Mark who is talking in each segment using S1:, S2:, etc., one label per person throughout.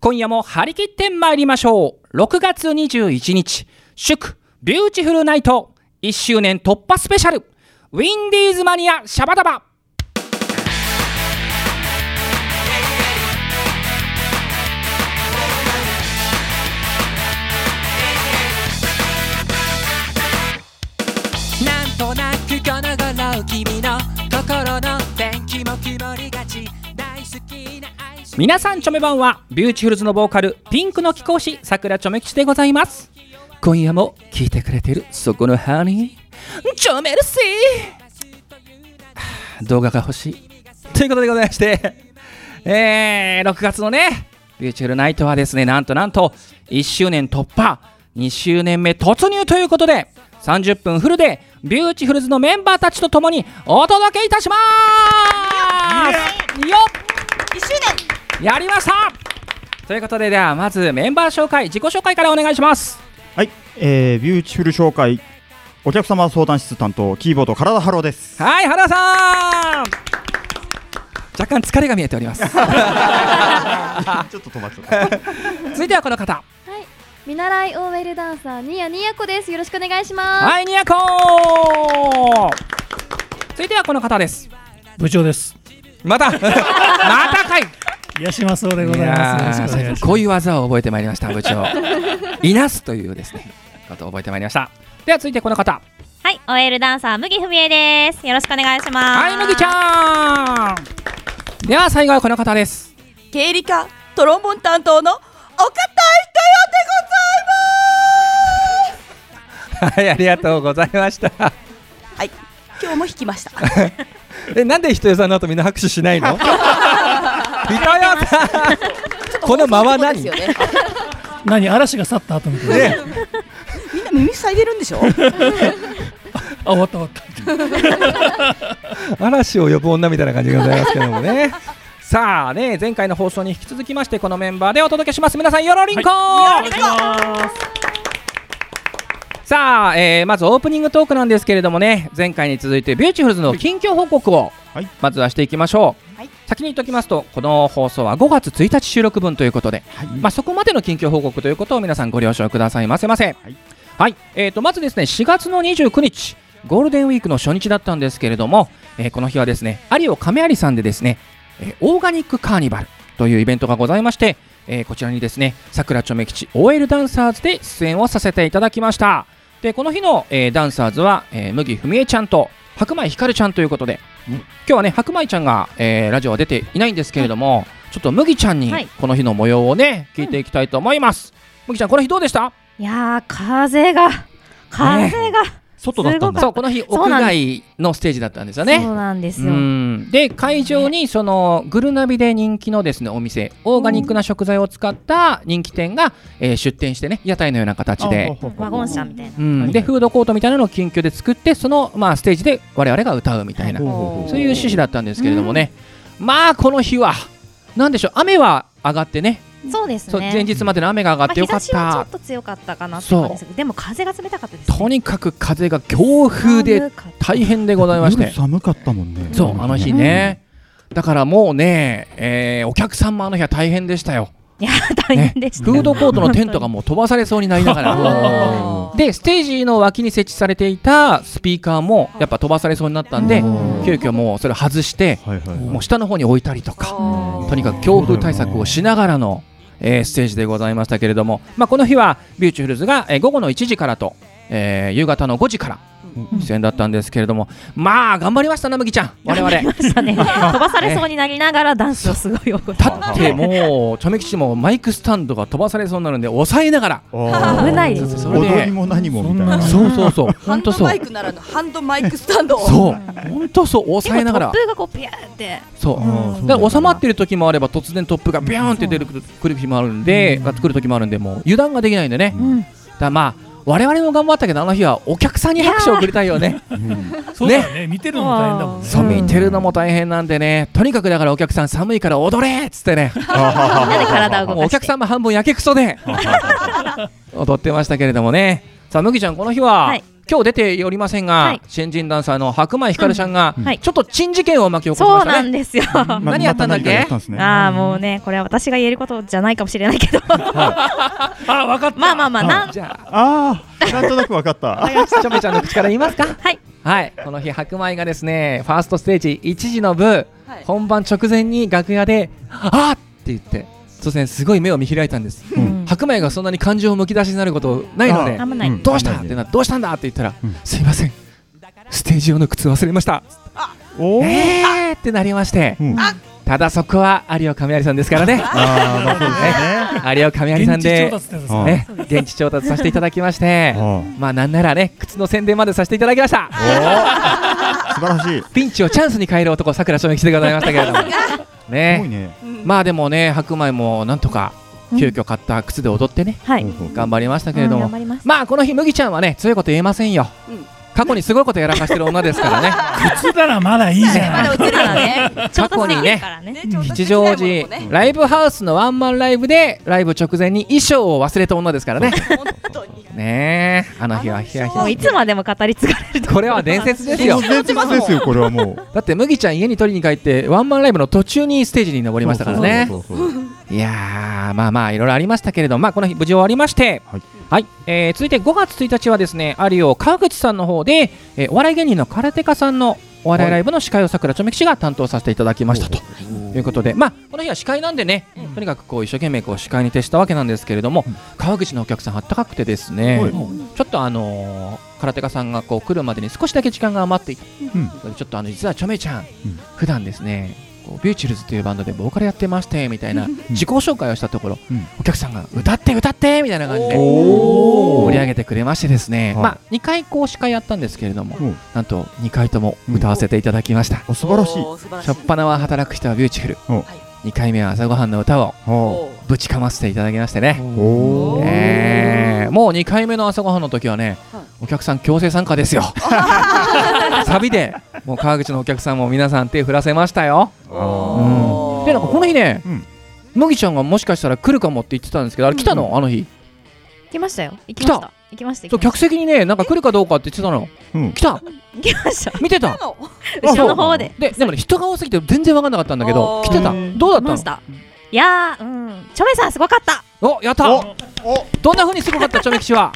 S1: 今夜も張り切って参りましょう6月21日祝ビューティフルナイト1周年突破スペシャルウィンディーズマニアシャバダバ
S2: なんとなくこの頃君の心の天気も曇りがち大好きなアイス
S1: 皆さんチョメ版はビューティフルズのボーカルピンクの貴公子さくらちょめ吉でございます今夜も聞いてくれてるそこのハニーチョメルシー 動画が欲しいということでございまして えー、6月のねビューティフルナイトはですねなんとなんと1周年突破2周年目突入ということで30分フルでビューティフルズのメンバーたちと共にお届けいたしますよっ
S3: 一周年
S1: やりましたということでではまずメンバー紹介自己紹介からお願いします
S4: はい、えー、ビューティフル紹介お客様相談室担当キーボード体ハローです
S1: はい原田さん若干疲れが見えてお ります
S4: ちょっと飛ばした
S1: 続いてはこの方
S5: はい、見習い OL ダンサーニヤニヤコです。よろしくお願いします。
S1: はいニヤコ続いてはこの方です
S6: 部長です。
S1: またまたかい
S6: 八島そうでございます。よろしくお願いします
S1: こういう技を覚えてまいりました部 長いなすというですねことを覚えてまいりましたでは続いてこの方
S3: はい、OL ダンサー麦文枝です。よろしくお願いします。
S1: はい麦ちゃんでは最後はこの方です
S7: 経理課トロンボン担当の岡田
S1: はい、ありがとうございました。
S7: はい今日も弾 きました
S1: え、なんで人よさんの後みんな拍手しない の？人 よさん、この間は
S7: そうで
S1: 何？
S7: すよ
S1: ね、
S7: ね
S6: 何嵐が去った後みたいな。
S7: みんな耳塞いでるんでしょ
S6: あ終わった終わった。
S1: 嵐を呼ぶ女みたいな感じでございますけどもね。さあね、前回の放送に引き続きましてこのメンバーでお届けします。皆さんよろりんこ、さあ、えーまずオープニングトークなんですけれどもね、前回に続いてビューティフルズの近況報告を
S4: はい
S1: まずはしていきましょう。
S7: はい
S1: 先に言っておきますと、この放送は5月1日収録分ということで、まあ、そこまでの近況報告ということを皆さんご了承くださいませませ。はいい、えー、とまずですね4月の29日、ゴールデンウィークの初日だったんですけれども、えーこの日はですね有オ亀有さんでですね、えーオーガニックカーニバルというイベントがございまして、えーこちらにですねさくらちょめ吉 OL ダンサーズで出演をさせていただきました。でこの日の、えーダンサーズは、えー麦文枝ちゃんと白米ひかるちゃんということで、今日はね白米ちゃんが、えーラジオは出ていないんですけれども、ちょっと麦ちゃんに
S3: はい
S1: この日の模様をね聞いていきたいと思います、麦ちゃんこの日どうでした
S3: いやー、風が、風が、
S4: 外だったんだ
S1: そうこの日
S3: そ
S1: 屋
S3: うなん
S1: 外のステージだったんですよ
S3: そ
S1: ね
S3: うなんです
S1: う
S3: よ。
S1: んで会場にそのグルナビで人気のですねお店オーガニックな食材を使った人気店が、えー出店してね屋台のような形で、
S3: ワゴン車みたいな。
S1: うん、でフードコートみたいなのを緊急で作ってその、まあ、ステージで我々が歌うみたいなそういう趣旨だったんですけれどもね、まあこの日は、なんでしょう、雨は上がってね、
S3: そうです
S1: そう
S3: ね。
S1: 前日までの雨が上がってよか
S3: まあ
S1: っ
S3: 日差しは
S1: た
S3: ちょっ、と強かったかなって感じですけどでも風が冷たかったですね。
S1: とにかく風が強風で
S3: 寒かった
S1: 大変でございまして、
S4: 寒かったもんね
S1: そう、あの日ね、だからもうね、えーお客さんもあの日は大変でしたよ、
S3: いや大変でした。
S1: フードコートのテントがもう飛ばされそうになりながら。 でステージの脇に設置されていたスピーカーもやっぱ飛ばされそうになったんで急遽もうそれ外して
S4: はいはい
S1: もう下の方に置いたりとかとにかく強風対策をしながらの、えーステージでございましたけれども、まあ、この日はビューチフルズが、えー午後の1時からと、えー夕方の5時から出演だったんですけれども、まあ頑張りましたな麦ちゃん 我々立
S3: でしたね。飛ばされそうになりながらダンスをすごい覚えて。
S1: ってもうチョメ吉もマイクスタンドが飛ばされそうになるんで抑えながら
S3: 危ないです
S1: それで
S4: 踊りも何もみたいな
S1: そうそうそう
S7: ハ
S1: 本
S7: ンド
S1: 当そ
S7: マ
S1: う
S7: イクならぬハンドマイクスタンド
S1: そう本当そう抑えながら
S3: でも突風がこうピューって。
S1: そう
S4: うん
S1: だから収まってる時もあれば突然突風がビューンって出るくる日もあるんで、が来る時もあるんでもう油断ができないんでね、
S3: ん
S1: だからまあ我々も頑張ったけどあの日はお客さんに拍手を送りたいよね
S6: そうだよね。見てるのも大変だもんね。
S1: そう見てるのも大変なんでねとにかくだからお客さん寒いから踊れっつってね
S3: みんなで体を動
S1: も
S3: かして。
S1: うお客さんも半分やけくそで踊ってましたけれどもねさあ麦ちゃんこの日は、
S3: はい
S2: 今日出ておりませんが、
S3: はい
S2: 新人ダンサーの白米ひかるさんが、
S3: はい
S2: ちょっと珍事件を巻き起こし
S3: そ
S2: ま
S3: う
S2: した
S3: な
S2: ね
S3: んですよ。
S4: ま
S2: 何やったんだっけ
S4: ま何かやったんですね
S3: ああもうねこれは私が言えることじゃないかもしれないけど
S6: あ、わかった。
S3: まあまあまあなん
S2: じゃ
S4: ああ、なんとなくわ かった。
S2: あ、ちゃめちゃんの口から言いますか。
S3: はい。
S2: はい、この日白米がですね、ファーストステージ1時の部、
S7: はい
S2: 本番直前に楽屋で、あーって言って、突然すごい目を見開いたんです。
S3: うん
S2: 白米がそんなに感情をむき出しになることないので
S3: あ、んまない
S4: うん
S2: どうしたってな、どうしたんだって言ったら
S4: うん、
S2: すいません、ステージ用の靴忘れました。
S4: おお。
S2: えーってなりまして、
S4: うんあ
S2: ただそこは有岡み有さんですから ね。
S4: あー、まあそうですね。
S2: 有岡み有さんで
S6: 現、地調達ってやつです
S4: あ
S6: ね。
S2: ね、現地調達させていただきまし て、
S4: あ
S2: まあなんならね、靴の宣伝までさせていただきました。
S4: あ、素晴らしい。す
S2: ピンチをチャンスに変える男、さくらしょうでございましたけれども。
S4: ごい
S2: ね、
S4: ね。
S7: うん
S2: まあでもね、白米もなんとか
S3: うん
S2: 急遽買った靴で踊ってね、
S3: はい
S2: 頑張りましたけれど
S3: う
S2: も
S3: ん頑、張ります
S2: まあこの日、麦ちゃんはね、強いこと言えませんよ
S7: うん。
S2: 過去にすごいことやらかしてる女ですからね、
S6: 靴ならまだいいじゃ
S7: ま
S6: ん。
S7: だ映るよね。
S3: 調達できるからね
S7: ね調達で
S2: 吉
S7: きないもの
S2: 祥
S7: もね
S2: 寺ライブハウスのワンマンライブで、ライブ直前に衣装を忘れた女ですからね。
S7: 本当に。
S2: ねえ、あの日はヒヤヒ
S3: も
S2: ヤ
S3: う。いつまでも語り継がれると
S2: これは伝説ですよ
S4: もう。伝説ですよ、これはもう。
S2: だって麦ちゃん家に取りに帰ってワンマンライブの途中にステージに登りましたからね
S4: そうそうそうそう。
S2: いやーまあまあいろいろありましたけれどまあこの日無事終わりましては
S4: はいい、
S2: えー続いて5月1日はですねアリオ川口さんの方で、えーお笑い芸人の空手家さんのお笑いライブの司会をさくらちょめきちが担当させていただきましたとということで、まあ、この日は司会なんでね、とにかくこう一生懸命こう司会に徹したわけなんですけれども、川口のお客さん、あったかくてですね、
S4: はい
S2: ちょっとあのー空手家さんがこう来るまでに少しだけ時間が余っていた、
S4: うん
S2: ちょっとあの実はちょめちゃん、
S4: ん
S2: 普段ですね、こうビューチルズというバンドでボーカルやってましてみたいな自己紹介をしたところ、
S4: うん
S2: お客さんが歌って歌ってみたいな感じで
S4: おー
S2: 盛り上げてくれましてですね、
S4: はい
S2: まあ、2回こう司会やったんですけれども、
S4: うん
S2: なんと2回とも歌わせていただきました。
S4: あ素晴らしい。
S7: おー素晴らし
S2: 初っ端は働く人はビューチフル、
S4: うん
S2: 2回目は朝ごはんの歌を
S4: は
S2: ぶちかませていただきましてね、
S4: あ。おお。
S2: えーもう2回目の朝ごはんの時はね、
S7: はい
S2: お客さん強制参加 ですよサビでもう川口のお客さんも皆さん手振らせましたよ
S7: おー
S2: でなんかこの日ね、
S4: うん
S2: 麦ちゃんがもしかしたら来るかもって言ってたんですけどあれ来たの、あの日
S3: 行きましたよ行きまし
S2: 来
S3: た行きました
S2: そう
S3: 行きま
S2: 客席にねなんか来るかどうかって言ってたの
S4: うん。
S2: 来た
S3: した行きました
S2: 見てた
S7: なの
S3: 後ろの方で
S2: ででもね人が多すぎて全然分かんなかったんだけど
S7: おー
S2: 来てた
S3: ん
S2: どうだ
S3: 行きま
S2: っ
S3: したたいやーうんチョメさんすごかった
S2: のおやった
S4: おお。
S2: どんな風にすごかったチョメキシは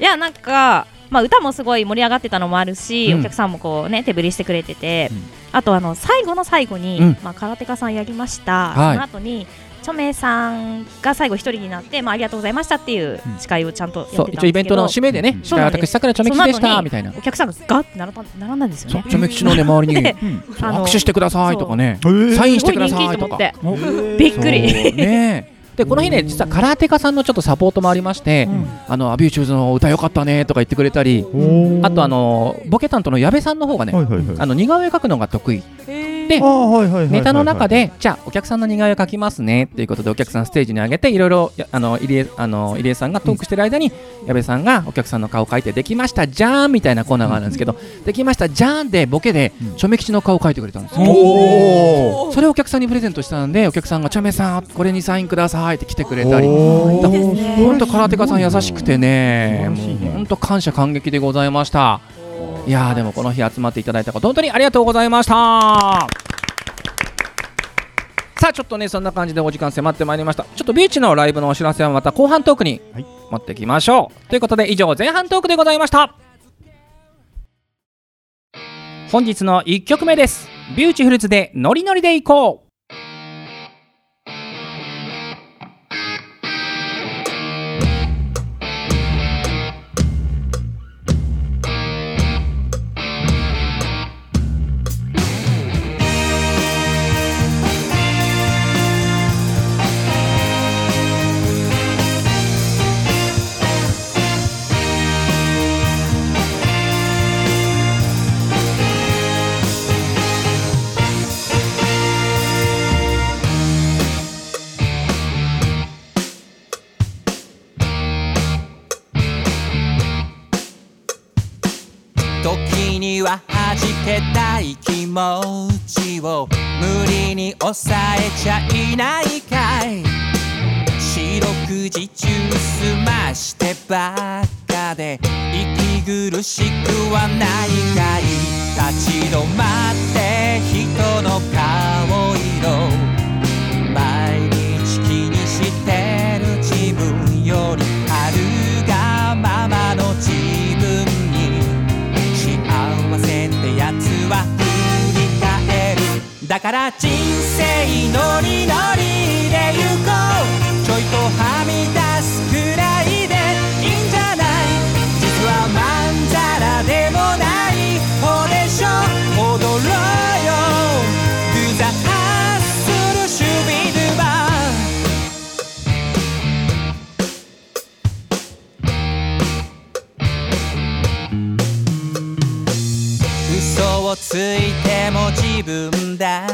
S2: い
S3: やなんか、まあ、歌もすごい盛り上がってたのもあるし、
S2: うん
S3: お客さんもこうね手振りしてくれてて、
S4: うん
S3: あとあの最後の最後に、
S2: うん
S3: まあ、空手家さんやりました、
S2: はい
S3: その後に著名さんが最後一人になって、まあ、ありがとうございましたっていう司会をちゃんとやってた
S2: そ
S3: ん
S2: う
S3: ですけ
S2: 一応
S3: ど、
S2: イベントの締めでね、司
S3: そう
S2: 会
S3: なんで
S2: 私、
S3: す
S2: さくらちょめきちでしたみたいな、
S3: お客さんがガッて並ば並んだんですよ
S2: そう
S3: ね。
S2: ちょめきちのね、周りに
S3: で
S4: うん。
S2: そう握手してくださいとかね、
S4: えー
S2: サイン
S3: す
S2: して
S3: ごい
S2: くだ
S3: 人気
S2: さ
S3: と
S2: いと
S3: 思っ
S2: か。
S3: て
S6: お
S3: びっく
S2: そう
S3: り。
S2: ねでこの日ね、実は空手家さんのちょっとサポートもありまして、あのアビューチューズの歌良かったねとか言ってくれたり、
S4: おお。
S2: あとあのボケ担当の矢部さんの方がね、
S4: はいはいはい。
S2: あの似顔絵描くのが得意、
S7: で
S2: で
S4: ああはいはいはいはいはい
S2: ネタの中で、じゃあ、お客さんの似顔絵を描きますねということで、お客さんステージに上げて、いろいろやあの入江あの入江さんがトークしてる間に、矢部さんがお客さんの顔を描いて、できましたじゃーんみたいなコーナーがあるんですけど、できましたじゃーんで、ボケで
S4: う、ん
S2: チョメ吉の顔を描いてくれたんですよ。
S4: おお。
S2: それをお客さんにプレゼントしたんで、お客さんが、チョメさん、これにサインくださいって来てくれたり。
S4: お
S2: だ
S4: ー
S2: 本当空手家さん優しくてね
S4: 素晴、らしいね
S2: 本当感謝感激でございました。いやーでもこの日集まっていただいたこと本当にありがとうございました。さあちょっとねそんな感じでお時間迫ってまいりました。ちょっとビーチのライブのお知らせはまた後半トークに
S4: はい
S2: 持ってきましょう。ということで以上前半トークでございました。本日の1曲目です。ビューチフルーツでノリノリでいこう。
S8: 時には弾けたい気持ちを無理に抑えちゃいないかい四六時中済ましてばっかで息
S2: 苦しくはないかい立ち止まって人の顔色毎日気にしてる自分よりあるがままの自分に幸せってやつは振り返るだから人生ノリノリで行こうちょいとはみ出すくらいでいいんじゃない実はまんざらでもない方でしょ踊ろうよグザハッスルシュビルバー嘘をついても自分だ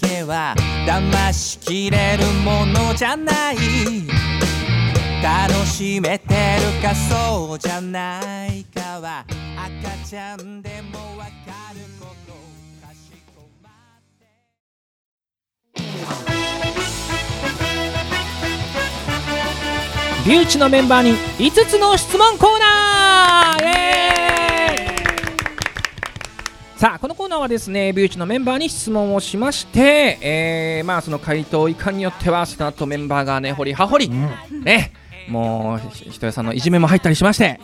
S2: けは騙しきれるものじゃない楽しめてるかそうじゃないかは赤ちゃんでもわかることかしこまって
S1: リュウチのメンバーに5つの質問コーナーイエーイさあこのコーナーはですねビューチのメンバーに質問をしまして、えーまあその回答いかんによってはその後メンバーがね掘り葉掘り、ねもうひひとやさんのいじめも入ったりしまして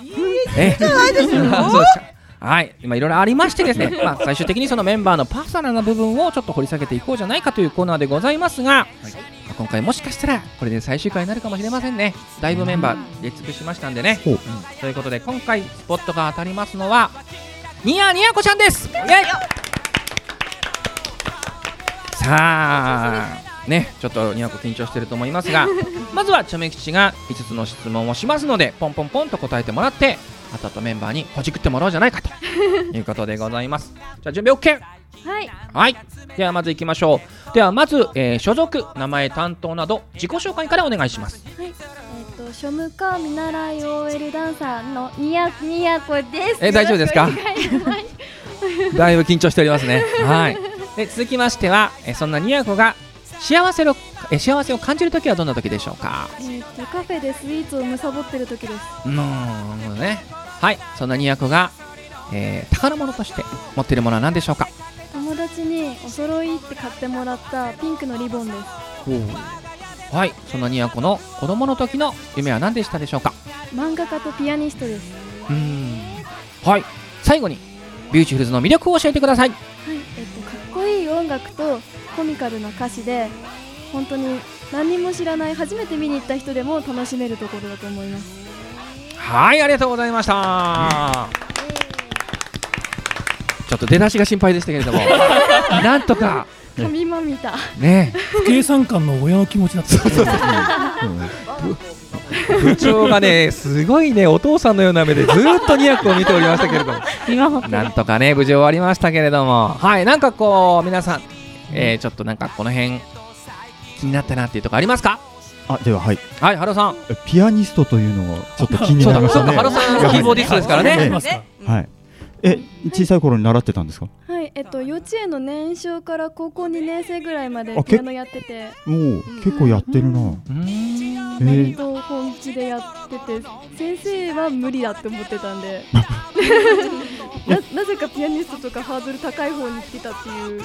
S1: えじゃないですよ そうですかはい今いろいろありましてですね、 まあ、最終的にそのメンバーのパーソナルな部分をちょっと掘り下げていこうじゃないかというコーナーでございますが、まあ今回もしかしたらこれで最終回になるかもしれませんねだいぶメンバー出尽くしましたんでね、うんということで今回スポットが当たりますのはニヤニヤこちゃんですイエイさあねちょっとニヤコ緊張してると思いますがまずはチョメ吉が5つの質問をしますのでポンポンポンと答えてもらってあとあとメンバーにほじくってもらおうじゃないかということでございますじゃあ準備 OK
S5: はい
S1: はい、ではまず行きましょう。ではまず、えー所属、名前、担当など自己紹介からお願いします。
S5: えっと庶務課見習い OL ダンサーのにやにやこです。
S1: え大丈夫ですか
S5: よろしくお願いします
S1: だいぶ緊張しておりますね。はい。で続きましては、えーそんなにやこが幸せの、えー幸せを感じるときはどんなときでしょうか。
S5: えっとカフェでスイーツを貪ってる時です。
S1: うーん、なるほどね。はい、そんなにやこが、えー宝物として持っているものは何でしょうか。
S5: 友達にお揃いって買ってもらったピンクのリボンです。
S1: はい、そんなにやこの子供の時の夢は何でしたでしょうか。
S5: 漫画家とピアニストです。
S1: うーん。はい、最後にビューティフルズの魅力を教えてください。
S5: はい、えっとかっこいい音楽とコミカルな歌詞で本当に何にも知らない初めて見に行った人でも楽しめるところだと思います。
S1: はい、ありがとうございました。ちょっと出だしが心配でしたけ れども、なんとか
S5: 神間見た。
S1: ね、
S6: 不敬参観の親の気持ちだった。
S1: 部長がね、すごいね、お父さんのような目でずっとニヤコを見ておりましたけれども、
S3: 見守って
S1: な
S3: る
S1: んとかね、無事終わりましたけれども、はい、なんかこう、皆さん、えーちょっとなんかこの辺気になったなっていうところありますか
S4: あでははい
S1: はい、ハロさん。
S4: えピアニストというのがちょっと気に
S1: そう
S4: な
S1: だ、
S4: りまし
S1: そ
S4: た
S1: うだ、
S4: ね
S1: ハロさん、キーボーディストですからね。
S4: ねはいえ小さい頃に習ってたんですか
S5: はい、えっと幼稚園の年少から高校2年生ぐらいまで
S4: あけ
S5: ピアノやってて、
S4: おお結構やってるな
S1: うーん
S4: え
S5: 割
S4: ー
S5: と本気でやってて、先生は無理だって思ってた んで、ななぜかピアニストとかハードル高い方に来てたっていう。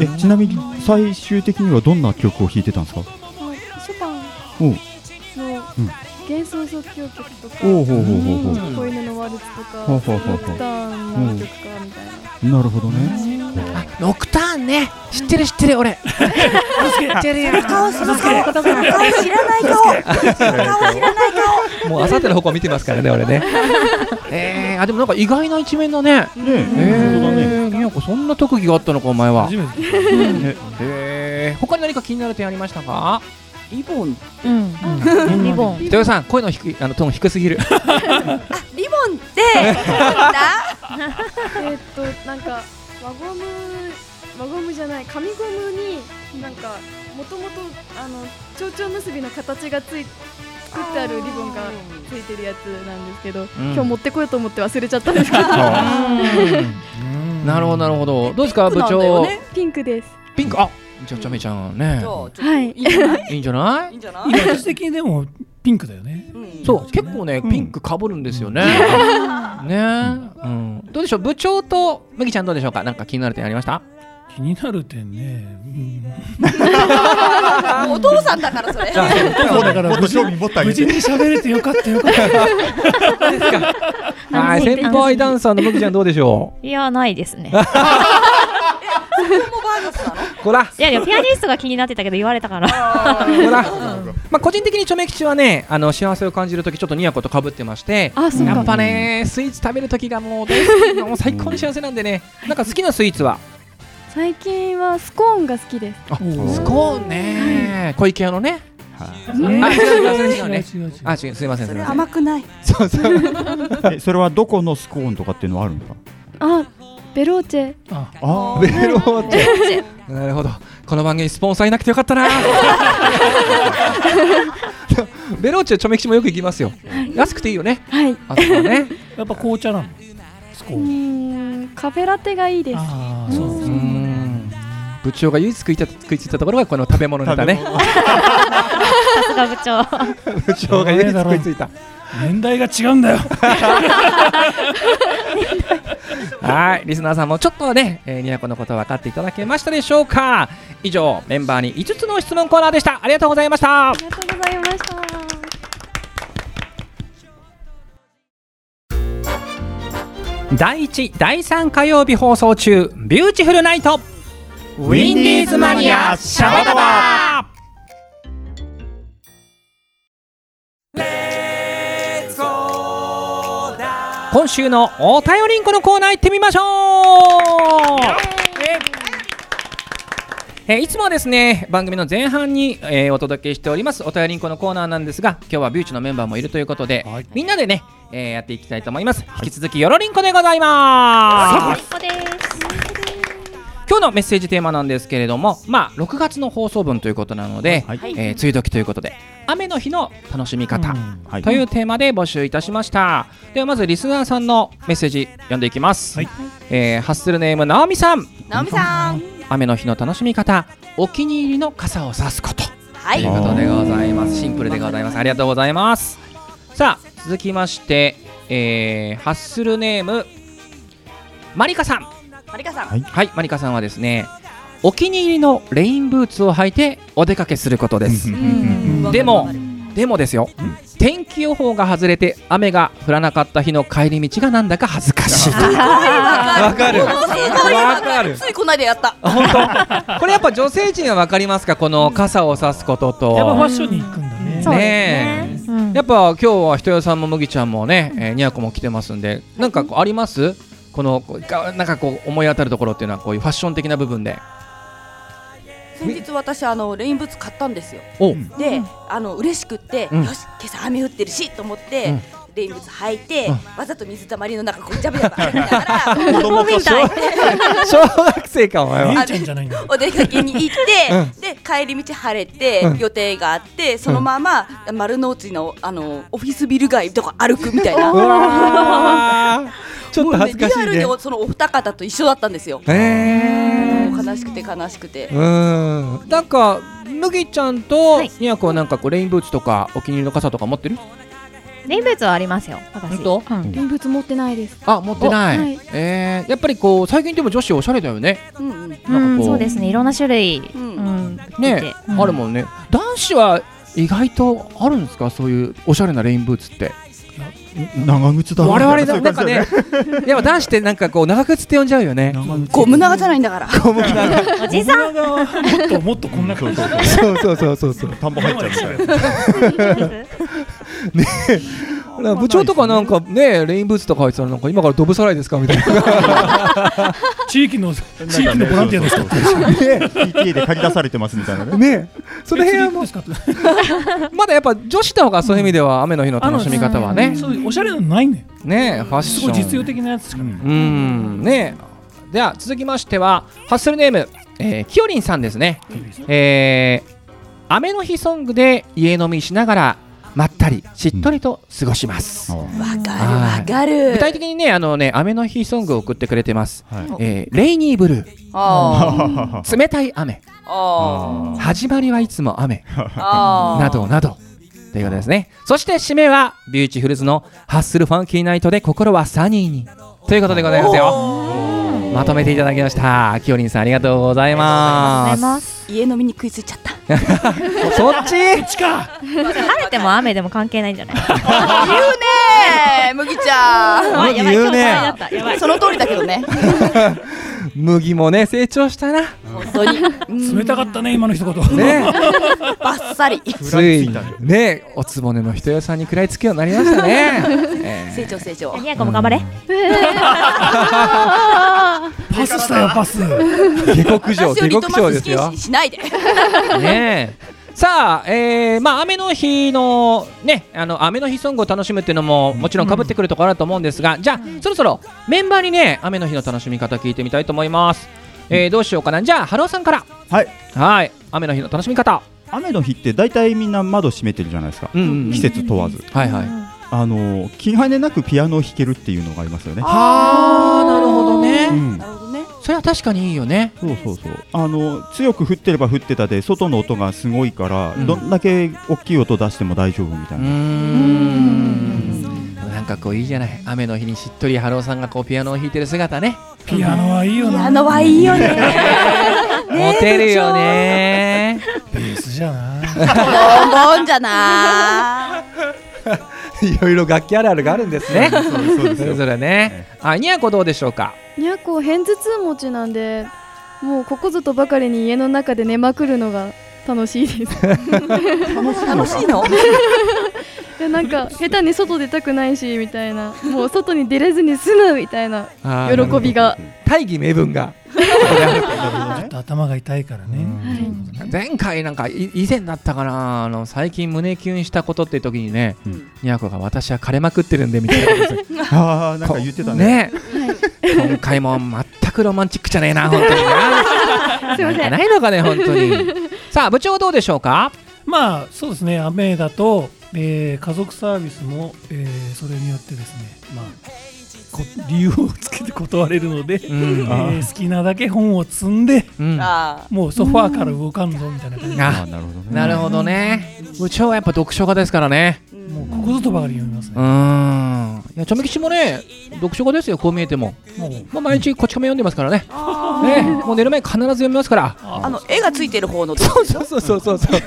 S4: えちなみに最終的にはどんな曲を弾いてたんですか
S5: まあショパン
S4: おう
S5: の
S4: うん
S5: 幻想即興曲とか、
S4: おうほうほうほうほう
S5: 子犬のワルツとか、
S4: ほうほうほう
S5: ノ
S4: ほう
S5: クターンの曲かみたい な。
S4: なるほどね
S1: ノクターンね、知ってる知ってる、俺。知ってるよ。
S7: その顔、その顔、知らない顔。顔知らない
S1: もうあさっての方向見てますからね、俺ね。えー、あでもなんか意外な一面だね。
S4: ねえ
S1: えー、美奈子そんな特技があったのか、お前は
S6: 初。めて。
S4: ね
S1: えー、他に何か気になる点ありましたか。
S7: リボン。
S3: うんリボン
S1: 豊さん、声の低い、あのトーン低すぎる。
S7: リボンって。だ。
S5: えーっとなんか輪ゴム輪ゴムじゃない紙ゴムになんかもともとあの蝶々結びの形がつい作ってあるリボンがついてるやつなんですけど、
S1: ん
S5: 今日持ってこようと思って忘れちゃったんです けど
S1: なるほど、なるほど、どうですか、部
S7: なんだよ
S1: 長。
S7: ね
S5: ピンクです
S1: ピンク、あ、じゃあ、ちゃめちゃんね
S7: じゃあ、ちょっと
S5: はい
S7: いんじゃない。
S1: いいんじゃない
S7: い。いんじゃない。
S6: 私的にでもピンクだよね。
S1: そう結構ね
S4: うん
S1: ピンクかぶるんですよね。ね、うん、どうでしょう部長と麦ちゃんどうでしょうか。なんか気になる点ありました？
S6: 気になる点ね。
S7: お父さんだからそれ。
S6: うん、だから
S4: もっ
S6: 無
S4: と
S6: 事
S4: 興味持ってあ
S6: 無
S4: げ
S6: 事
S4: て
S6: に喋れてよかったよかった。
S1: はい
S3: 安心
S1: 先輩ダンサーの麦ちゃんどうでしょ
S3: いやないですね
S7: もバーガスなの。
S1: う。こら
S3: いやいやピアニストが気になってたけど言われたから
S1: こら。まあ個人的にチョメ吉はねあの幸せを感じるときちょっとニヤコとかぶってまして。
S5: あそう
S1: や
S5: か
S1: っぱねスイーツ食べるときがもう大好きもう最高に幸せなんでね。なんか好きなスイーツは
S5: 最近はスコーンが好きです
S1: あ
S6: お
S1: スコーンね小池屋のね。
S4: は
S1: あ違う違う違う違うね。
S6: 違う違う違う
S1: あ違うすいませんすい
S7: そ
S1: ませ
S7: れ
S1: ん。
S7: 甘くない。
S1: そうそう。
S4: いえそれはどこのスコーンとかっていうのはあるんですか
S5: あベローチェ
S6: あ
S4: あ
S1: ベローチェ。なるほど。この番組スポンサーいなくてよかった な。ベローチェチョメキチもよく行きますよ。安くていいよね。
S5: はい
S1: あとはね。
S6: やっぱ紅茶なの。スコ
S5: う
S6: ーン。
S5: ーんカフェラテがいいです
S6: ああ、そうう。
S1: ーん部長が唯一食いた食いついたところがこの食べ物ネタね。
S3: さすが部長
S1: 部長が唯一食いついた。
S6: 年代が違うんだよ。
S1: はい、リスナーさんもちょっとはね、えー、ニヤコのこと分かっていただけましたでしょうか。以上メンバーに5つの質問コーナーでした。ありがとうございました
S5: あ。りがとうございました
S1: 第1第3火曜日放送中ビューティフルナイトウ
S4: ィンディーズマニアシャバダ
S1: バ今週のお便りんこのコーナー行ってみましょうえーいつもはですね番組の前半に、えーお届けしておりますお便りんこのコーナーなんですが今日はビューチのメンバーもいるということで、
S6: はい
S1: みんなでね、えーやっていきたいと思います、引き続きよろりんこでございます
S3: 最高です
S1: 今日のメッセージテーマなんですけれども、まあ、6月の放送分ということなので、
S4: はい
S1: えー梅雨時ということで雨の日の楽しみ方
S4: はい
S1: というテーマで募集いたしましたではまずリスナーさんのメッセージ読んでいきます、
S6: はい
S1: えーハッスルネームなおみさん
S7: 直美さん。
S1: 雨の日の楽しみ方お気に入りの傘を差すこと
S7: は
S1: という
S7: い。
S1: ことでございますシンプルでございますありがとうございますさあ続きまして、えーハッスルネームマリカさん
S7: マリカさん。
S1: はい、マリカさんはですね、お気に入りのレインブーツを履いてお出かけすることです。でも、でもですよ、天気予報が外れて雨が降らなかった日の帰り道がなんだか恥ずかしい。わかる
S7: ものすごいわ
S1: わかる
S7: ついこの間やった。
S1: 本当。こ れやっぱ女性陣はわかりますか、この傘を差すこと
S6: やっぱフ
S1: と。
S6: ァッションに行くんだね。
S3: そうです
S1: ね
S3: ね
S1: えやっぱ今日はひとよさんも麦ちゃんもね、えー、にやこも来てますんで、なんかこうあります。この、こうがなんかこう思い当たるところっていうのは、こういうファッション的な部分で。
S7: 先日私あのレインブーツ買ったんですよ。
S1: お、
S7: で、あの嬉しくって、
S1: うん
S7: よし今朝雨降ってるしと思って、
S1: うん
S7: レインブーツ履いて、
S1: うん
S7: わざと水たまりの中こうジャブジャブ歩きなが ら
S4: 子供として
S1: 小学生かお前は。
S6: 姉ちゃんじゃないんだよ。
S7: お出かけに行って、で帰り道晴れて、予定があってそのまま丸の内のあのオフィスビル街とか歩くみたいな。
S1: うわー ちょっと恥ずかしい
S7: もうねリ
S1: ね
S7: アル。にそのお二方と一緒だったんですよ。
S1: え
S7: もう悲しくて悲しくて。
S1: ー、うん。なんか麦ちゃんと
S3: はい
S1: ニヤコはなんかこうレインブーツとかお気に入りの傘とか持ってる？
S3: レインブーツはありますよ私
S1: 本当
S3: うん
S5: 現物持ってないです
S1: あ持ってない。
S5: おはい
S1: えー、やっぱりこう最近でも女子おしゃれだよね。
S7: うんうん。
S1: なんかこう
S3: うんそうですねいろんな種類う
S7: う
S3: んん
S1: ね
S3: 出て、
S1: あるもんね。男子は意外とあるんですかそういうおしゃれなレインブーツって。
S4: 長靴だ
S1: 我々の
S4: みた
S1: ないんかね、 やっぱ男子ってなんかこう長靴って呼んじゃうよ ね。
S7: ゴム長じゃないんだから。
S3: おじさ
S6: も
S3: ん
S6: っともっとこんな感じ。
S1: そうそうそうそうそう。
S4: 田んぼ入っちゃうみたいな
S1: なんか部長とかなんかねレインブーツとか入ってたらなんか今からドブさらいですかみたいな
S6: 地域の地域のボランティアの人。
S1: ね
S4: PTA で借り出されてますみたいなね
S1: ねその辺は
S6: は
S1: もうまだやっぱ女子の方がそういう意味では雨の日の楽しみ方はね
S6: そういうおしゃれなのないんだよ。
S1: ねファッ
S6: す
S1: シ
S6: ごい実
S1: ョ
S6: 用
S1: ン
S6: 的なやつしかない。
S1: うんねでは続きましてはハッスルネームえーきよりんさんですねえー雨の日ソングで家飲みしながらまったりしっとりと過ごします
S7: わ
S1: はい
S7: かるわかる。
S1: 具体的にねあのね雨の日ソングを送ってくれてます
S4: はい
S1: えーレイニーブル
S7: あ
S4: あ
S1: ー冷たい雨
S7: ああ
S1: 始まりはいつも雨
S7: ああ。
S1: などなどということですねそして締めはビューチフルズのハッスルファンキーナイトで心はサニーにということでございますよまとめていただきましたきおりんさんありがとうござい
S3: あ
S1: ま
S3: りがとうござ
S1: す
S3: います。
S7: 家飲みに食いついちゃった。
S1: そっち
S3: 晴れても雨でも関係ないんじゃない？
S7: 言うねー、麦ちゃ
S3: あやばい
S1: 言
S3: 今
S1: う
S3: 日
S1: ね
S3: 大変だった。やばい
S7: ん。。その通りだけどね。
S1: 麦もね成長したな
S7: 本当に。うん
S6: 冷たかったね、今の一言。
S1: ね
S7: バッサリ。
S1: ついにねおつぼねの人よさんに食らいつくようになりました ね
S7: 成長成長。
S3: ニヤコも頑張れ。
S6: パスしたよ、パス。
S1: えー下克上
S7: 私を
S1: 下
S7: リト
S1: 克
S7: マ
S1: 上
S7: ス
S1: です
S7: 試
S1: よ
S7: 験紙にしないで。
S1: ねえ。 さあ、えーまあ、雨の日の,、ね、あの雨の日ソングを楽しむっていうのももちろんかぶってくるところだと思うんですが、じゃあそろそろメンバーにね雨の日の楽しみ方聞いてみたいと思います、えーどうしようかなじゃあ春尾さんから
S4: はい
S1: はい雨の日の楽しみ方、
S4: 雨の日って大体みんな窓閉めてるじゃないですか、
S1: うんうん
S4: 季節問わず
S1: はいはい
S4: あの気兼ねなくピアノを弾けるっていうのがありますよね
S1: あーなるほど
S4: う
S1: ね
S4: ん
S7: なるほどね。
S1: それは確かにいいよね
S4: そうそうそうあの強く降ってれば降ってたで外の音がすごいから、
S1: うん
S4: どんだけ大きい音出しても大丈夫みた
S1: う
S4: い
S1: ー
S4: な、
S1: んなんかこういいじゃない雨の日にしっとり春尾さんがこうピアノを弾いてる姿ね
S6: ピアノはいいよ
S7: ピ
S6: な。
S7: アノはいいよね。
S1: モテるよね
S6: ベースじゃな。
S7: ボンボンじゃない
S1: ろいろ楽器あるあるがあるんですね。
S4: そうで す
S1: そ
S4: そう
S1: れ
S4: です
S1: ぞれね。あ、にやこどうでしょうか。
S5: にゃこ偏頭痛持ちなんでもうここぞとばかりに家の中で寝まくるのが楽しいです
S7: い。楽しいの？
S5: いやなんか下手に外出たくないしみたいなもう外に出れずに済むみたいな喜びが
S1: 大義名分が。
S6: ちょっと頭が痛いからね。
S1: 前回なんかい以前だったかなあの最近胸キュンしたことって時にね、
S4: うん
S1: にやこが私は枯れまくってるんでみたいなことですよ
S4: ああなんか言ってたね
S1: 今回も全くロマンチックじゃねえな本当にな。
S5: すいません
S1: なんかないのかね本当に。さあ部長どうでしょうか。
S6: まあ、そうですね、雨だと、えー家族サービスも、えーそれによってですね、まあ、こ理由をつけて断れるので、
S1: う
S6: え
S1: ん
S4: あ
S6: ー好きなだけ本を積んで、
S1: うん
S7: あ
S6: もうソファーから動かんぞみたいな感じで、
S1: あ
S4: あなるほどね
S1: なるほどね。部長はやっぱ読書家ですからね。
S7: ー
S6: もうここぞとばかり読みます
S1: う
S6: ね。
S1: ーん。いや、ちょめきちもね、読書家ですよ、こう見えても。
S6: もう
S1: まあ、毎日こち亀読んでますからね。ね、もう寝る前必ず読みますから。
S7: あの絵がついてる方の。
S1: そうそうそうそうそうそう。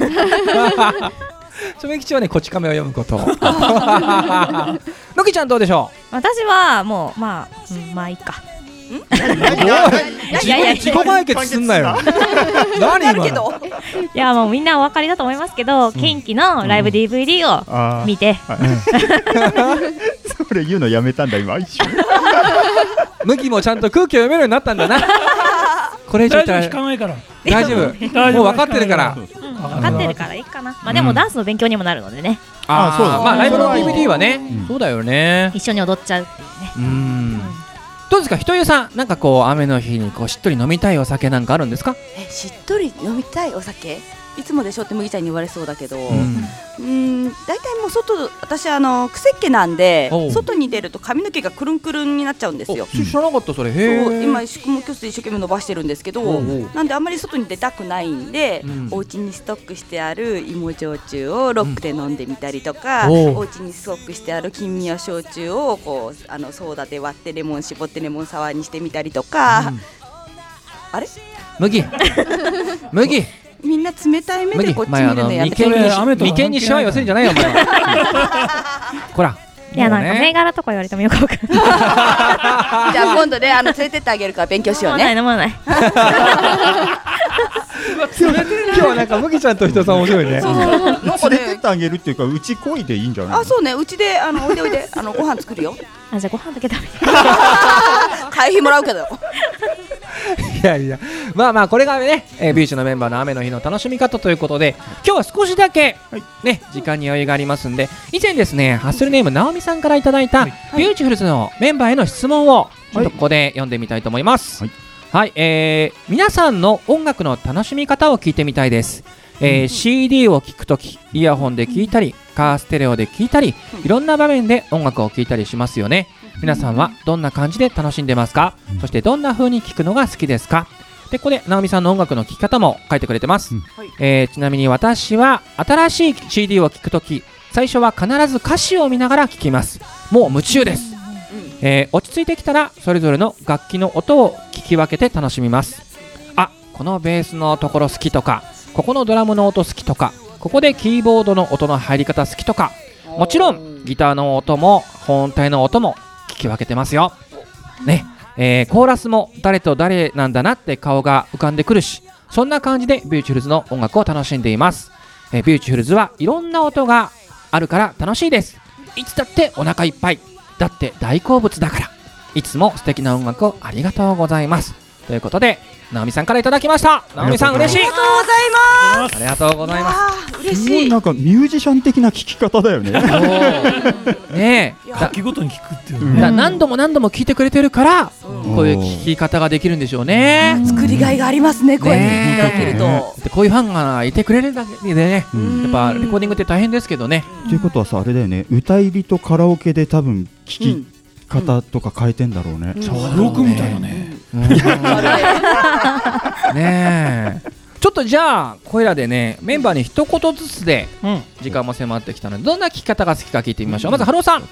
S1: ちょめきちはね、こち亀を読むこと。のきちゃんどうでしょ
S3: 私はもうまあうんまあいいか。
S1: う。
S3: いやいや
S1: 自己解決すんなよ。何
S7: あ
S1: 今
S7: るけ
S1: の。
S7: ど。
S3: いやもうみんなお分かりだと思いますけど、近畿のライブ DVD を
S4: あー
S3: 見て、
S4: それ言うのやめたんだ今一瞬
S1: 向きもちゃんと空気を読めるようになったんだな。これ以上言った
S6: 大丈夫、
S1: ら
S6: 引かないから。
S1: 大丈夫。
S6: 大丈
S1: もう
S6: 夫
S1: 分かってるから。
S3: うん分かってるからいいかな。まあで
S1: う
S3: も
S1: ん
S3: ダンスの勉強にもなるのでね、
S4: あーそうだ
S1: まあ、ライブの
S4: それはいい
S1: DVD はね、
S4: うん
S1: そうだよね。
S3: 一緒に踊っちゃうっていうね。
S1: うんどうですか、ひとゆさん、なんかこう雨の日にこうしっとり飲みたいお酒なんかあるんですか。
S7: えしっとり飲みたいお酒。いつもでしょって麦ちゃんに言われそうだけど、う、
S1: うん
S7: 大体もう外、私あの癖っ気なんで
S1: おう、
S7: 外に出ると髪の毛がくるんくるんになっちゃうんですよ。
S1: 知らなかった、それ、
S7: そう今
S1: へえ。
S7: 宿毛矯正一生懸命伸ばしてるんですけど、
S1: おうおう
S7: なんであんまり外に出たくないんで、
S1: うん
S7: お家にストックしてある芋焼酎をロックで飲んでみたりとか、
S1: うんおう
S7: お家にストックしてある金宮焼酎をこうあのソーダで割ってレモン絞ってレモンサワーにしてみたりとか、あれ
S1: 麦。 麦。
S7: みんな冷たい目で
S1: 麦
S7: こっ。ち見
S1: 前、あ
S7: る
S1: の、
S7: のやめ
S1: 眉
S7: て
S1: 間に
S6: それ雨とは
S1: 眉間にしわ寄せるんじゃないよ、お前は。 こら。
S3: いや
S1: も
S3: な
S1: うんね
S3: か銘柄とか言われてもよくわかんない。
S7: じゃあ今度ねあの連れてってあげるから勉強し
S3: 飲
S7: よ
S3: ま
S7: う
S3: な い
S7: ね
S3: 飲まない。
S1: 今日はなんか麦ちゃんとひとゆさん面白いね。
S7: なん
S4: 連
S7: か
S4: れてっ
S7: ね
S4: てあげるっていうかうち来いでいいんじゃないの
S7: あそうねうちであのおいでおい であのご飯作るよ
S3: あじゃあご飯だけ食べて。
S7: 会費もらうけど
S1: いやいや、まあまあ、これがね、えービーチのメンバーの雨の日の楽しみ方ということで、今日は少しだけ、ね、時間に余裕がありますんで、以前ですね、ハッスルネーム、なおみさんからいただいた、ビューチフルズのメンバーへの質問を、ちょっとここで読んでみたいと思います。は
S4: はいい、
S1: えー皆さんの音楽の楽しみ方を聞いてみたいです。えー CD を聴くとき、イヤホンで聴いたり、カーステレオで聴いたり、いろんな場面で音楽を聴いたりしますよね。皆さんはどんな感じで楽しんでますか、
S4: うん
S1: そしてどんな風に聴くのが好きですかでここで直美さんの音楽の聴き方も書いてくれてます、
S4: うん
S7: はい
S1: えーちなみに私は新しい CD を聴くとき最初は必ず歌詞を見ながら聴きますもう夢中です、えー落ち着いてきたらそれぞれの楽器の音を聞き分けて楽しみますあこのベースのところ好きとかここのドラムの音好きとかここでキーボードの音の入り方好きとかもちろんギターの音も本体の音も聞き分けてますよ。ね、えーコーラスも誰と誰なんだなって顔が浮かんでくるしそんな感じでビューチュルズの音楽を楽しんでいます、えービューチュルズはいろんな音があるから楽しいですいつだってお腹いっぱいだって大好物だからいつも素敵な音楽をありがとうございますということで直美さんからいただきました直美さん嬉しい
S7: ありがとうございます
S1: ありがとうございます
S7: あー嬉
S4: す
S7: し
S4: ごい
S7: い
S4: なんかミュージシャン的な聞き方だよね
S1: おーねえだ
S6: 楽器ごとに聞くっていう
S4: う
S6: ね
S4: ん
S1: だ何度も何度も聞いてくれてるからこういう聞き方ができるんでしょうね。
S7: 作りがいがありますねこうやって聞いていただけると、
S4: ね
S1: でこういうファンがいてくれるだけでね、
S4: うん
S1: やっぱレコーディングって大変ですけどね。
S4: っていうことはさあれだよね歌入りとカラオケで多分聞き方とか変えてんだろうね、
S7: そう
S6: ブロックみたいなね
S1: ね
S7: あれ
S1: え。ちょっとじゃあこれらでねメンバーに一言ずつで時間も迫ってきたのでどんな聞き方が好きか聞いてみましょう。まずハローさん。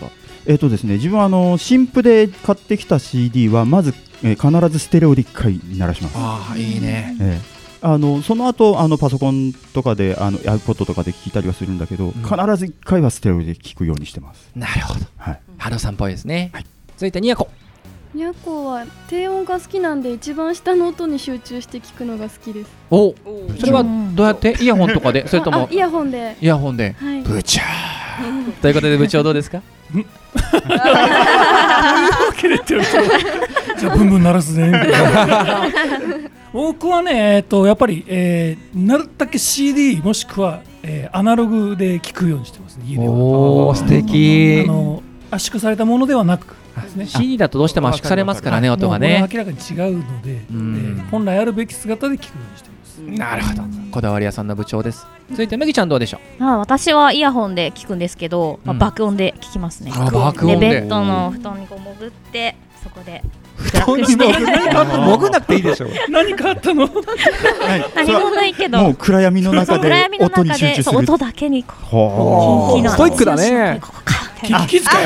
S4: えっ、とですね自分はあの新譜で買ってきた CD はまず、えー必ずステレオで一回鳴らします、
S1: ああいいね。
S4: ええあのその後あのパソコンとかであの iPod とかで聞いたりはするんだけど、必ず一回はステレオで聞くようにしてます、
S1: なるほど。
S4: はい、
S1: ハローさんっぽいですね。
S4: はい
S1: 続いてニヤコ。
S5: にゃこは低音が好きなんで一番下の音に集中して聞くのが好きです
S1: お
S7: お
S1: それはどうやってイヤホンとかでそれと
S5: あ
S1: も
S5: あイヤホンで
S1: イヤホンで。
S5: はい
S1: 部長。ということで部長どうですか。
S6: 切れてるとじゃあブンブン鳴らすね僕はねえっとやっぱり、えー、なるだけ CD もしくは、えーアナログで聞くようにしてますね家では
S1: おお素敵
S6: あ。の圧縮されたものではなくですね
S1: CD だとどうしても圧縮されますからね
S6: はい
S1: 音が
S6: も
S1: ね
S6: うこれは明らかに違うので、え
S1: ん
S6: ー本来あるべき姿で聞くようにしています
S1: なるほどこだわり屋さんの部長です続いて麦ちゃんどうでしょう
S3: まあ私はイヤホンで聞くんですけど、まあ
S1: うん
S3: 爆音で聞きますね。
S1: あ爆
S3: で
S1: 音で
S3: ベッドの布団にこう潜ってそこで
S1: 布団に
S3: 暗く
S1: 潜
S3: し て
S1: 潜んなくていいでしょ
S6: 何かあったの
S4: はい、それ
S3: 何も
S4: は
S3: ないけ
S4: も
S3: ど
S4: う暗闇の中
S3: そう
S4: で
S3: 暗闇の
S4: 音
S3: 中
S4: に集
S3: で
S4: 中す
S3: そう
S4: る
S3: 音だけにこう
S4: ほ
S3: 聞き
S4: う
S3: な
S1: ス
S3: がら
S1: トイックだね
S3: ここかみたいな
S6: 気気遣い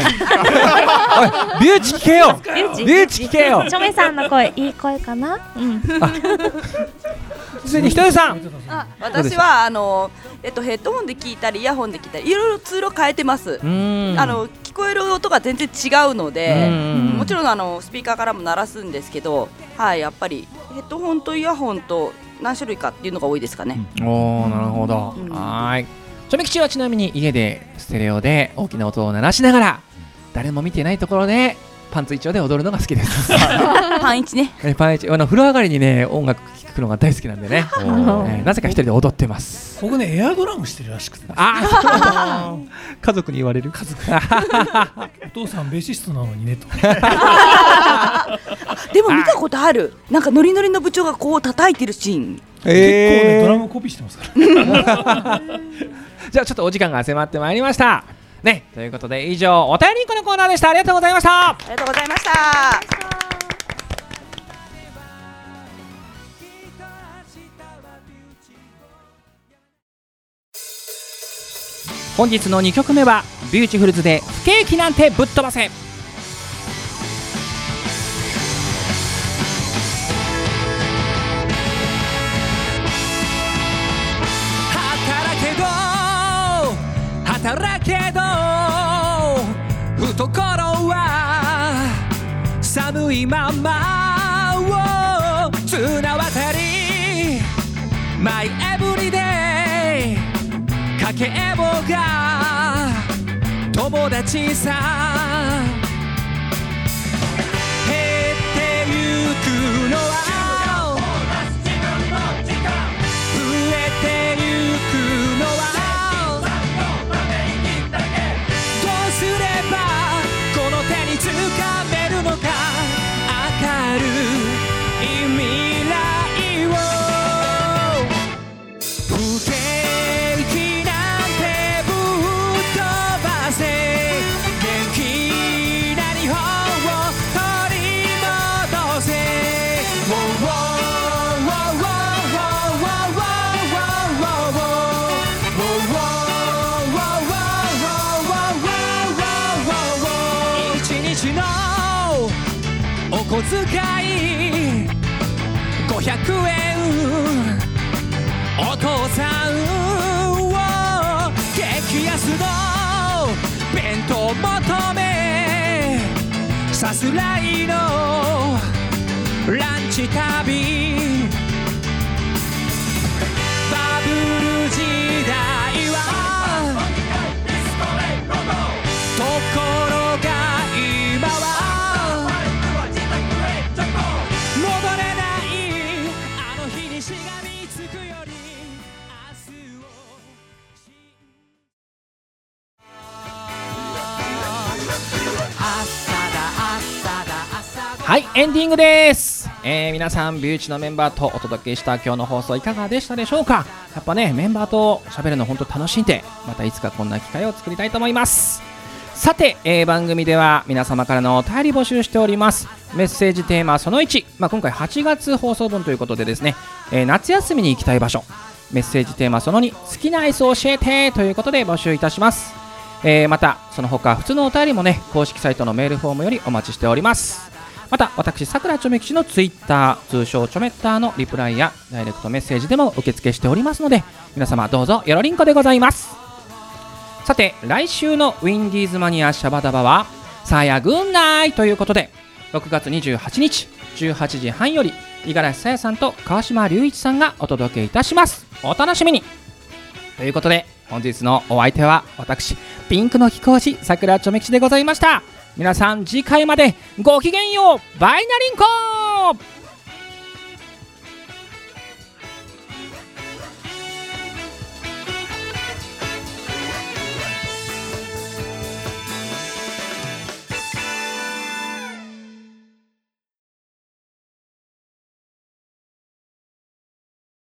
S1: ビューチ聞けよ
S3: リュウジ
S1: リュウジ聞けよ
S3: チョメさんの声いい声かな、うん、
S1: 続いてひとりさん
S7: あ私はあの、えっと、ヘッドホンで聞いたりイヤホンで聞いたりいろいろ通路変えてます、
S1: うん
S7: あの聞こえる音が全然違うので、もちろんあのスピーカーからも鳴らすんですけど、はい、やっぱりヘッドホンとイヤホンと何種類かっていうのが多いですかね。
S1: ろんおおなるほど
S7: うん
S1: はーいチョメ吉はちなみに家でステレオで大きな音を鳴らしながら誰も見ていないところでパンツ一丁で踊るのが好きです
S7: パンイチね。
S1: えパン一あの風呂上がりにね音楽聴くのが大好きなんで ね
S4: お
S1: え
S4: ー
S1: ーなぜか一人で踊ってます
S6: 僕ねエアドラムしてるらしくて
S1: あー 家族に言われる家 族
S6: お父さんベーシストなのにねと
S7: でも見たことある。なんかノリノリの部長がこう叩いてるシーン。
S6: 結構ねドラムコピーしてますから
S1: じゃあちょっとお時間が迫ってまいりましたねということで以上お便りんこのコーナーでしたありがとうございました
S7: ありがとうございました。
S1: 本日の2曲目はビューティフルズで不景気なんてぶっ飛ばせ
S2: 働けど働けど懐は寒いままを綱渡りマイエブリデイ家計簿が友達さ減ってゆくのは触れてゆくのはどうすればこの手につかめるのか明るい未来を不景気なんてぶっ飛ばせ元気小遣い500円お父さんを激安の弁当求めさすらいのランチ旅バブル時代はところが今は戻れないあの日にしがみつくより明日を信朝だ朝だ朝だ
S1: はいエンディングです、えー皆さんビューチのメンバーとお届けした今日の放送いかがでしたでしょうかやっぱねメンバーと喋るの本当楽しんでまたいつかこんな機会を作りたいと思いますさて、えー番組では皆様からのお便り募集しておりますメッセージテーマその1、まあ、今回8月放送分ということでですね、えー夏休みに行きたい場所メッセージテーマその2好きなアイスを教えてということで募集いたします、えーまたその他普通のお便りもね公式サイトのメールフォームよりお待ちしておりますまた私さくらちょめ吉のツイッター通称ちょめっターのリプライやダイレクトメッセージでも受付しておりますので皆様どうぞよろりんこでございますさて来週のウィンディーズマニアシャバダバはさあやぐんないということで6月28日18時半より五十嵐さやさんと川島隆一さんがお届けいたしますお楽しみにということで本日のお相手は私ピンクの貴公子さくらちょめ吉でございました皆さん次回までごきげんようバイナリンコー